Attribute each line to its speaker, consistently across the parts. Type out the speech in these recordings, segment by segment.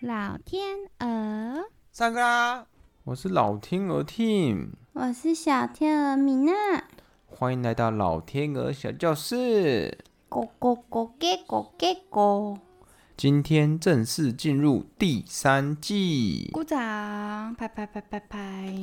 Speaker 1: 老天鹅，
Speaker 2: 上课啦！
Speaker 3: 我是老天鹅 Team，
Speaker 1: 我是小天鹅米娜。
Speaker 3: 欢迎来到老天鹅小教室。
Speaker 1: 咕咕咕咕咕咕咕，
Speaker 3: 今天正式进入第三季，
Speaker 4: 鼓掌，拍拍拍拍拍。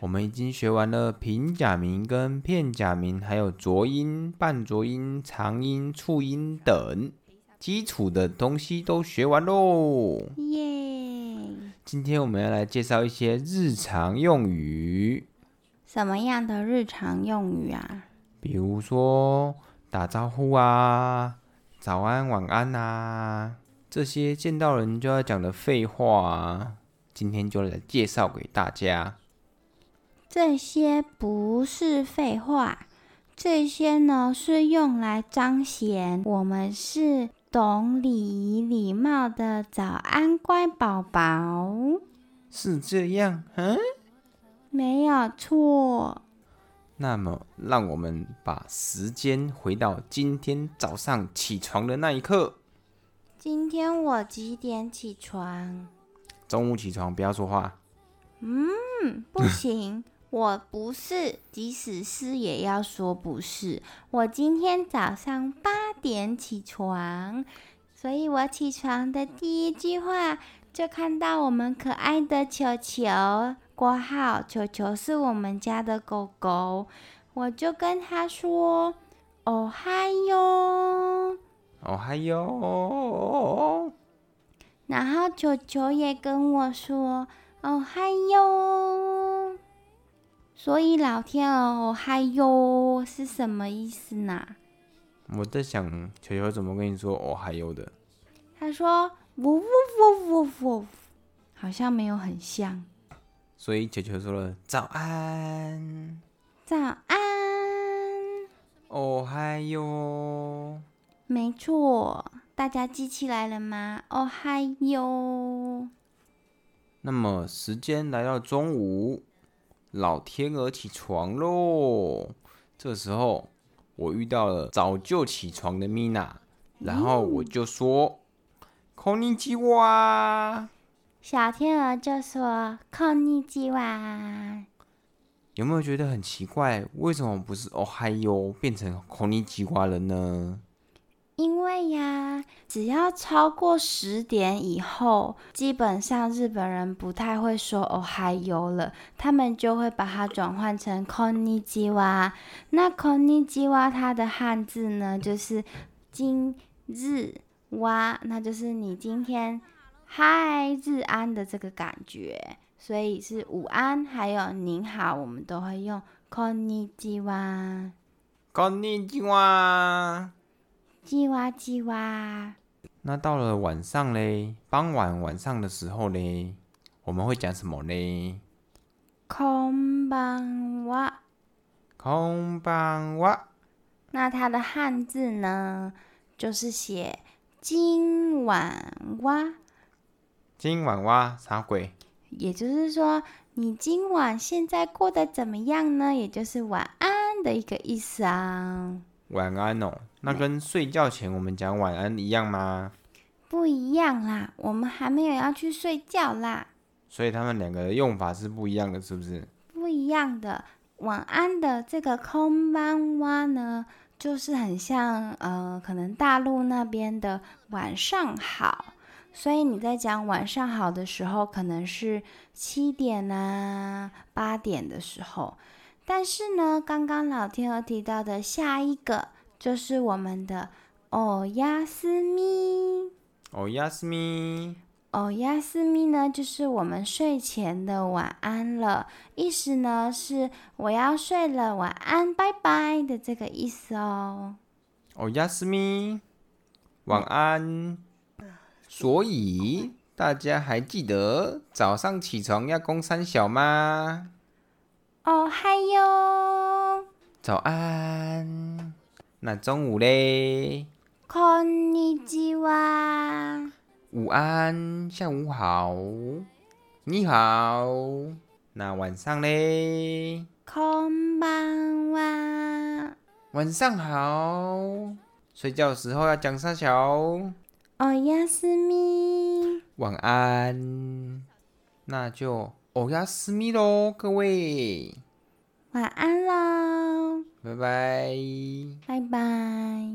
Speaker 3: 我们已经学完了平假名、跟片假名，还有浊音、半浊音、长音、促音等基础的东西都学完喽。
Speaker 1: 耶！
Speaker 3: 今天我们要来介绍一些日常用语，
Speaker 1: 什么样的日常用语啊？
Speaker 3: 比如说打招呼啊、早安、晚安啊，这些见到人就要讲的废话啊，今天就来介绍给大家。
Speaker 1: 这些不是废话，这些呢是用来彰显我们是懂礼仪礼貌的早安乖宝宝，
Speaker 3: 是这样，嗯。
Speaker 1: 没有错。
Speaker 3: 那么，让我们把时间回到今天早上起床的那一刻。
Speaker 1: 今天我几点起床？
Speaker 3: 中午起床不要说话，
Speaker 1: 嗯，不行，我不是，即使是也要说不是。我今天早上八点起床，所以我起床的第一句话就看到我们可爱的球球，括号球球是我们家的狗狗，我就跟他说：“哦嗨哟。”
Speaker 3: 哦嗨哟，
Speaker 1: 然后球球也跟我说：“哦嗨哟。”所以老天鹅“哦嗨哟”是什么意思呢？
Speaker 3: 我在想球球怎么跟你说哦嗨哟的，
Speaker 1: 他说：“呜呜呜呜呜”，好像没有很像。
Speaker 3: 所以球球说了早安，
Speaker 1: 早安，
Speaker 3: 哦嗨哟，
Speaker 1: 没错，大家记起来了吗？“哦嗨哟
Speaker 3: 那么时间来到中午，老天鹅起床喽。这时候我遇到了早就起床的米娜，然后我就说：“空尼基哇，”，
Speaker 1: 小天鹅就说：“空尼基哇。
Speaker 3: 有没有觉得很奇怪？为什么不是哦嗨哟变成空尼基哇了呢？”
Speaker 1: 因为呀，只要超过十点以后，基本上日本人不太会说“哦嗨哟”了，他们就会把它转换成 “konnichiwa”。那 “konnichiwa” 它的汉字呢，就是“今日哇”，那就是你今天“嗨日安”的这个感觉，所以是午安，还有您好，我们都会用 “konnichiwa”。
Speaker 3: 空尼基哇。
Speaker 1: 叽哇叽哇，
Speaker 3: 那到了晚上嘞，傍晚晚上的时候嘞，我们会讲什么嘞？
Speaker 1: 空邦哇。
Speaker 3: 空班哇，
Speaker 1: 那它的汉字呢，就是写今晚哇，
Speaker 3: 今晚哇，啥鬼？
Speaker 1: 也就是说，你今晚现在过得怎么样呢？也就是晚安的一个意思啊，
Speaker 3: 晚安哦。那跟睡觉前我们讲晚安一样吗？
Speaker 1: 不一样啦，我们还没有要去睡觉啦，
Speaker 3: 所以他们两个的用法是不一样的，是不是？
Speaker 1: 不一样的。晚安的这个空班哇呢，就是很像呃，可能大陆那边的晚上好，所以你在讲晚上好的时候，可能是七点啊、八点的时候。但是呢，刚刚老天鹅提到的下一个就是我们的哦呀思密，
Speaker 3: 哦，亚斯咪，
Speaker 1: 哦呀思密呢，就是我们睡前的晚安了，意思呢是我要睡了，晚安，拜拜的这个意思哦。
Speaker 3: 哦，亚斯咪，晚安。所以大家还记得早上起床要攻三小吗？
Speaker 1: 哦嗨哟，
Speaker 3: 早安。那中午嘞？
Speaker 1: こんにちは。
Speaker 3: 午安，下午好，你好。那晚上嘞？
Speaker 1: こんばんは。
Speaker 3: 晚上好。
Speaker 1: 哦
Speaker 3: 睡觉的时候要讲三小。
Speaker 1: おやすみ。
Speaker 3: 晚安，那就欧亚思密喽，各位，
Speaker 1: 晚安喽，
Speaker 3: 拜拜。
Speaker 1: 拜拜。